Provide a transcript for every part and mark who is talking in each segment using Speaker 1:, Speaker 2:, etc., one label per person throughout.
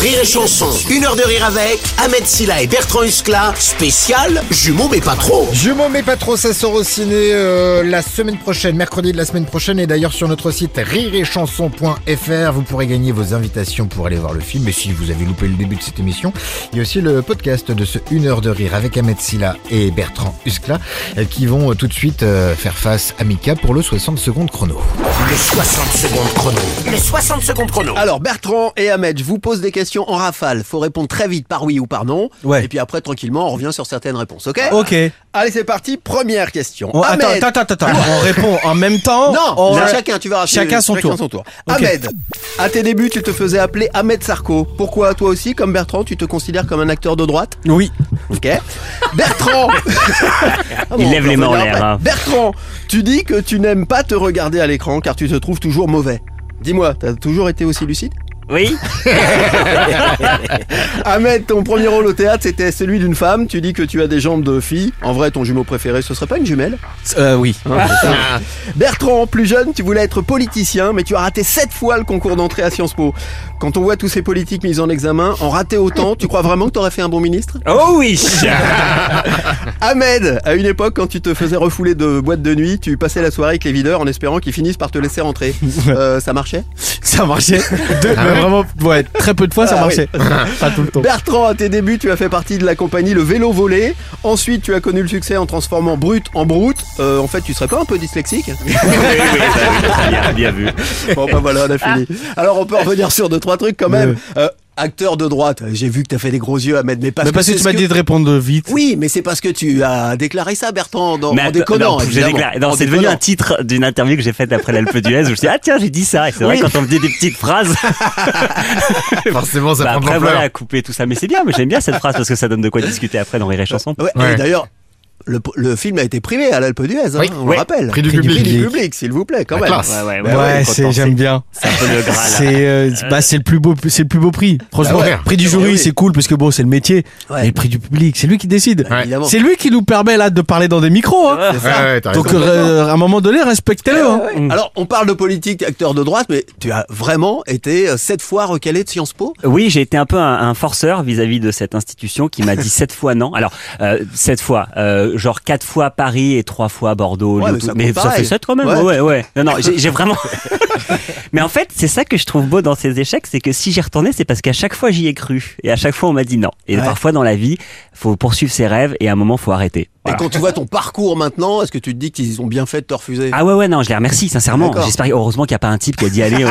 Speaker 1: Rire et Chanson, une heure de rire avec Ahmed Silla et Bertrand Huskla, spécial jumeaux mais pas trop.
Speaker 2: Jumeaux mais pas trop, ça sort au ciné euh, la semaine prochaine, mercredi de la semaine prochaine et d'ailleurs sur notre site rireetchanson.fr vous pourrez gagner vos invitations pour aller voir le film et si vous avez loupé le début de cette émission, il y a aussi le podcast de ce 1 heure de rire avec Ahmed Silla et Bertrand Huskla euh, qui vont euh, tout de suite euh, faire face à Mika pour le 60 secondes chrono.
Speaker 1: Les 60 secondes chrono. Les 60 secondes chrono.
Speaker 3: Alors Bertrand et Ahmed, je vous pose des questions en rafale. Faut répondre très vite par oui ou par non.
Speaker 4: Ouais.
Speaker 3: Et puis après tranquillement, on revient sur certaines réponses. OK
Speaker 4: Ok.
Speaker 3: Allez, c'est parti. Première question.
Speaker 4: On-
Speaker 3: Ahmed.
Speaker 4: Oh, attends, attends, attends, attends. On répond en même temps.
Speaker 3: Non,
Speaker 4: on-
Speaker 3: là, chacun, tu vas
Speaker 4: Chacun son tour. Ok.
Speaker 3: Ahmed, à tes débuts, tu te faisais appeler Ahmed Sarko. Pourquoi toi aussi, comme Bertrand, tu te considères comme un acteur de droite
Speaker 4: Oui.
Speaker 3: Ok. Bertrand Ah
Speaker 5: Il lève les mains en
Speaker 3: Bertrand,
Speaker 5: l'air, hein.
Speaker 3: Bertrand, tu dis que tu n'aimes pas te regarder à l'écran car tu te trouves toujours mauvais. Dis-moi, t'as toujours été aussi lucide
Speaker 5: Oui
Speaker 3: Ahmed, ton premier rôle au théâtre, c'était celui d'une femme. Tu dis que tu as des jambes de fille. En vrai, ton jumeau préféré, ce serait pas une jumelle
Speaker 4: Euh, oui.
Speaker 3: hein, c'est ça. Bertrand, plus jeune, tu voulais être politicien, mais tu as raté sept fois le concours d'entrée à Sciences Po. Quand on voit tous ces politiques mis en examen, en rater autant, tu crois vraiment que t'aurais fait un bon ministre
Speaker 5: Oh oui
Speaker 3: Ahmed, à une époque, quand tu te faisais refouler de boîte de nuit, tu passais la soirée avec les videurs en espérant qu'ils finissent par te laisser rentrer. Euh, ça marchait
Speaker 4: Ça marchait. Deux- mais vraiment, ouais, très peu de fois ça
Speaker 3: Ah, oui.
Speaker 4: marchait. Pas tout le temps.
Speaker 3: Bertrand, à tes débuts, tu as fait partie de la compagnie Le Vélo Volé. Ensuite, tu as connu le succès en transformant Brut en Brute. Euh, en fait, tu serais pas un peu dyslexique
Speaker 5: bien, bien vu.
Speaker 3: Bon, bah voilà, on a fini. Alors, on peut revenir sur deux, trois trucs quand même. Euh, acteur de droite, j'ai vu que t'as fait des gros yeux, Ahmed, mais parce
Speaker 4: Mais parce que
Speaker 3: c'est
Speaker 4: tu
Speaker 3: ce
Speaker 4: m'as dit de répondre vite.
Speaker 3: Oui, mais c'est parce que tu as déclaré ça, Bertrand, dans, en
Speaker 5: attends,
Speaker 3: déconnant.
Speaker 5: non, j'ai
Speaker 3: évidemment.
Speaker 5: déclaré- non,
Speaker 3: En
Speaker 5: c'est devenu
Speaker 3: déconnant.
Speaker 5: un titre d'une interview que j'ai faite après l'Alpe d'Huez où je me suis dit, ah tiens, j'ai dit ça. Et c'est vrai,
Speaker 3: Oui.
Speaker 5: quand on me dit des petites phrases,
Speaker 2: Forcément ça
Speaker 5: bah,
Speaker 2: prend de
Speaker 5: après,
Speaker 2: l'ampleur.
Speaker 5: voilà, à couper tout ça. Mais c'est bien, mais j'aime bien cette phrase parce que ça donne de quoi discuter après dans Rire et Chanson.
Speaker 3: Ouais,
Speaker 2: Ouais.
Speaker 3: Et d'ailleurs, le, le film a été privé à l'Alpe d'Huez, hein,
Speaker 2: Oui.
Speaker 3: on
Speaker 2: Oui.
Speaker 3: le rappelle.
Speaker 2: Prix du public.
Speaker 3: s'il vous plaît, quand
Speaker 2: La
Speaker 3: même.
Speaker 2: classe.
Speaker 5: ouais,
Speaker 4: Ouais, c'est- j'aime bien.
Speaker 5: C'est un peu le Graal.
Speaker 4: C'est euh, bah c'est le plus beau c'est le plus beau prix. Franchement,
Speaker 2: ouais.
Speaker 4: prix du
Speaker 3: Oui,
Speaker 4: jury,
Speaker 3: Eh oui.
Speaker 4: c'est cool parce que bon, c'est le métier.
Speaker 3: Ouais.
Speaker 4: Mais le prix du public, c'est lui qui décide.
Speaker 2: Ouais.
Speaker 3: Évidemment. Ah,
Speaker 4: C'est lui qui nous permet là de parler dans des micros. hein.
Speaker 3: C'est ça.
Speaker 2: Ouais, ouais, t'as
Speaker 4: Donc
Speaker 2: raison.
Speaker 4: euh, à un moment donné, respectez-le. hein.
Speaker 3: Eh Ouais. Alors, on parle de politique, t'es acteur de droite, mais tu as vraiment été euh, sept fois recalé de Sciences Po
Speaker 5: Oui, j'ai été un peu un, un forceur vis-à-vis de cette institution qui m'a dit sept fois non. Alors euh, sept fois, euh, genre quatre fois Paris et trois fois Bordeaux.
Speaker 3: Ouais,
Speaker 5: Lyon,
Speaker 3: mais ça compte
Speaker 5: tout- mais ça
Speaker 3: pareil.
Speaker 5: fait sept quand même.
Speaker 3: Ouais.
Speaker 5: Ouais, ouais. Non, non, j'ai j'ai vraiment. mais en fait, c'est ça que je trouve beau dans ces échecs, c'est que si j'y retournais, c'est parce qu'à chaque fois j'y ai cru et à chaque fois on m'a dit non. Et
Speaker 3: Ouais.
Speaker 5: parfois dans la vie, faut poursuivre ses rêves et à un moment faut arrêter. Voilà.
Speaker 3: Et quand tu vois ton parcours maintenant, est-ce que tu te dis qu'ils ont bien fait de te refuser
Speaker 5: Ah ouais ouais non je les remercie sincèrement
Speaker 3: D'accord.
Speaker 5: j'espère heureusement qu'il n'y a pas un type qui a dit allez on...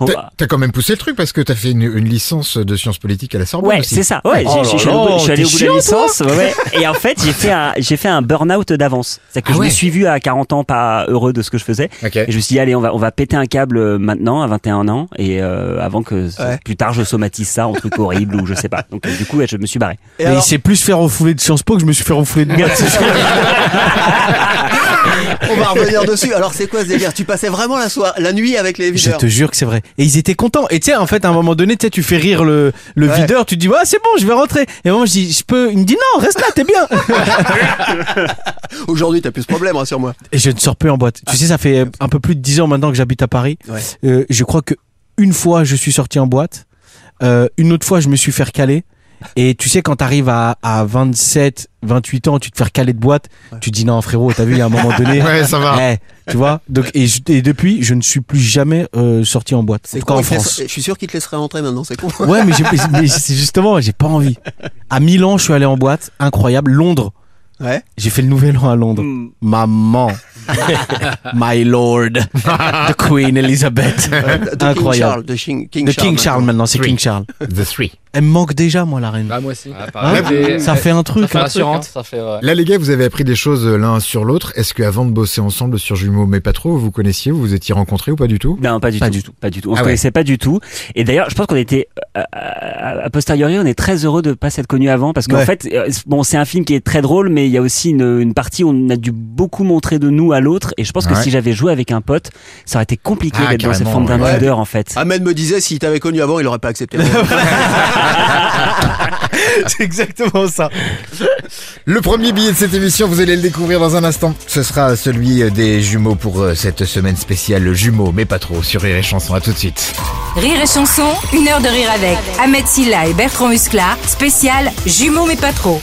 Speaker 5: on
Speaker 2: T'as-
Speaker 5: va-
Speaker 2: T'as quand même poussé le truc parce que t'as fait une, une licence de sciences politiques à la Sorbonne
Speaker 5: Ouais,
Speaker 2: aussi.
Speaker 5: c'est ça. Ouais,
Speaker 4: Oh
Speaker 5: j'ai- j'ai-
Speaker 4: là là,
Speaker 5: je suis allé au bout- je suis allé
Speaker 4: t'es
Speaker 5: au bout de la
Speaker 4: chiant, toi.
Speaker 5: licence. ouais, ouais. Et en fait, j'ai fait un, j'ai fait un burn-out d'avance. C'est-à-dire que
Speaker 2: Ah
Speaker 5: je
Speaker 2: ouais.
Speaker 5: me suis vu à 40 ans pas heureux de ce que je faisais.
Speaker 2: Ok.
Speaker 5: Et je me suis dit, allez, on va, on va péter un câble euh, maintenant à 21 ans et euh, avant que ce-
Speaker 3: Ouais.
Speaker 5: plus tard je somatise ça en truc horrible ou je sais pas. Donc euh, du coup, ouais, je me suis barré.
Speaker 3: Et
Speaker 4: Mais
Speaker 3: alors-
Speaker 4: il s'est plus fait refouler de Sciences Po que je me suis fait refouler de moi.
Speaker 3: On va revenir dessus. Alors c'est quoi ce délire Tu passais vraiment la soirée, la nuit avec les
Speaker 4: Je
Speaker 3: videurs
Speaker 4: te jure que c'est vrai. Et ils étaient contents. Et tu sais, en fait, à un moment donné, tu sais, tu fais rire le, le
Speaker 3: Ouais.
Speaker 4: videur, tu te dis, ah, c'est bon, je vais rentrer. Et moi, je dis, je peux. Il me dit, non, reste là, t'es bien.
Speaker 3: Aujourd'hui, t'as plus ce problème hein, sur moi.
Speaker 4: Et je ne sors plus en boîte. Tu sais, ça fait euh, un peu plus de 10 ans maintenant que j'habite à Paris.
Speaker 3: Ouais.
Speaker 4: Euh, je crois que une fois, je suis sorti en boîte. Euh, une autre fois, je me suis fait recaler. Et tu sais, quand t'arrives à, à 27, 28 ans, tu te fais recaler de boîte, tu te dis, non, frérot, t'as vu, il y a un moment donné.
Speaker 2: Ouais, ça va.
Speaker 4: Eh, tu vois donc et, je- et depuis je ne suis plus jamais euh, sorti en boîte en tout cas en
Speaker 3: il te laisse-
Speaker 4: France
Speaker 3: Je suis sûr qu'ils te laisseraient rentrer maintenant, c'est con.
Speaker 4: ouais mais, j'ai- mais c'est justement j'ai pas envie à Milan je suis allé en boîte incroyable Londres
Speaker 3: Ouais.
Speaker 4: j'ai fait le nouvel an à Londres
Speaker 6: Hmm.
Speaker 4: maman my lord the Queen Elizabeth
Speaker 3: De King
Speaker 4: incroyable
Speaker 3: Charles, de King, King
Speaker 4: The
Speaker 3: Charles.
Speaker 4: King Charles maintenant c'est
Speaker 2: Oui.
Speaker 4: King Charles
Speaker 2: The Three.
Speaker 4: elle me manque déjà moi la reine
Speaker 6: Bah moi aussi.
Speaker 4: Hein ça fait un
Speaker 6: ça
Speaker 4: truc
Speaker 6: fait
Speaker 4: hein.
Speaker 6: rassurant, ça fait ouais.
Speaker 2: Là, les gars, vous avez appris des choses euh, l'un sur l'autre. Est-ce qu'avant de bosser ensemble sur Jumeaux, mais pas trop, vous vous connaissiez, vous vous étiez rencontrés ou pas du tout
Speaker 5: Non, pas du
Speaker 4: Pas
Speaker 5: tout.
Speaker 4: du
Speaker 5: Pas du tout. On
Speaker 2: Ah
Speaker 5: se
Speaker 2: ouais.
Speaker 5: connaissait pas du tout. Et d'ailleurs, je pense qu'on était euh, euh, a posteriori, on est très heureux de pas s'être connus avant parce qu'en
Speaker 4: Ouais.
Speaker 5: fait, euh, bon, c'est un film qui est très drôle, mais il y a aussi une, une partie où on a dû beaucoup montrer de nous à l'autre. Et je pense que
Speaker 2: Ouais.
Speaker 5: si j'avais joué avec un pote, ça aurait été compliqué
Speaker 2: Ah,
Speaker 5: d'être dans cette
Speaker 2: carrément,
Speaker 5: forme
Speaker 3: ouais.
Speaker 5: d'intrudeur en fait.
Speaker 3: Ahmed me disait, s'il t'avait connu avant, il aurait pas accepté.
Speaker 2: C'est exactement ça. Le premier billet de cette émission, vous allez le découvrir dans un instant. Ce sera celui des jumeaux pour euh, cette semaine spéciale jumeaux, mais pas trop, sur Rire et Chanson. À tout de suite.
Speaker 6: Rire et chanson, une heure de rire avec. Ahmed Silla et Bertrand Muscla, spécial Jumeaux mais pas trop.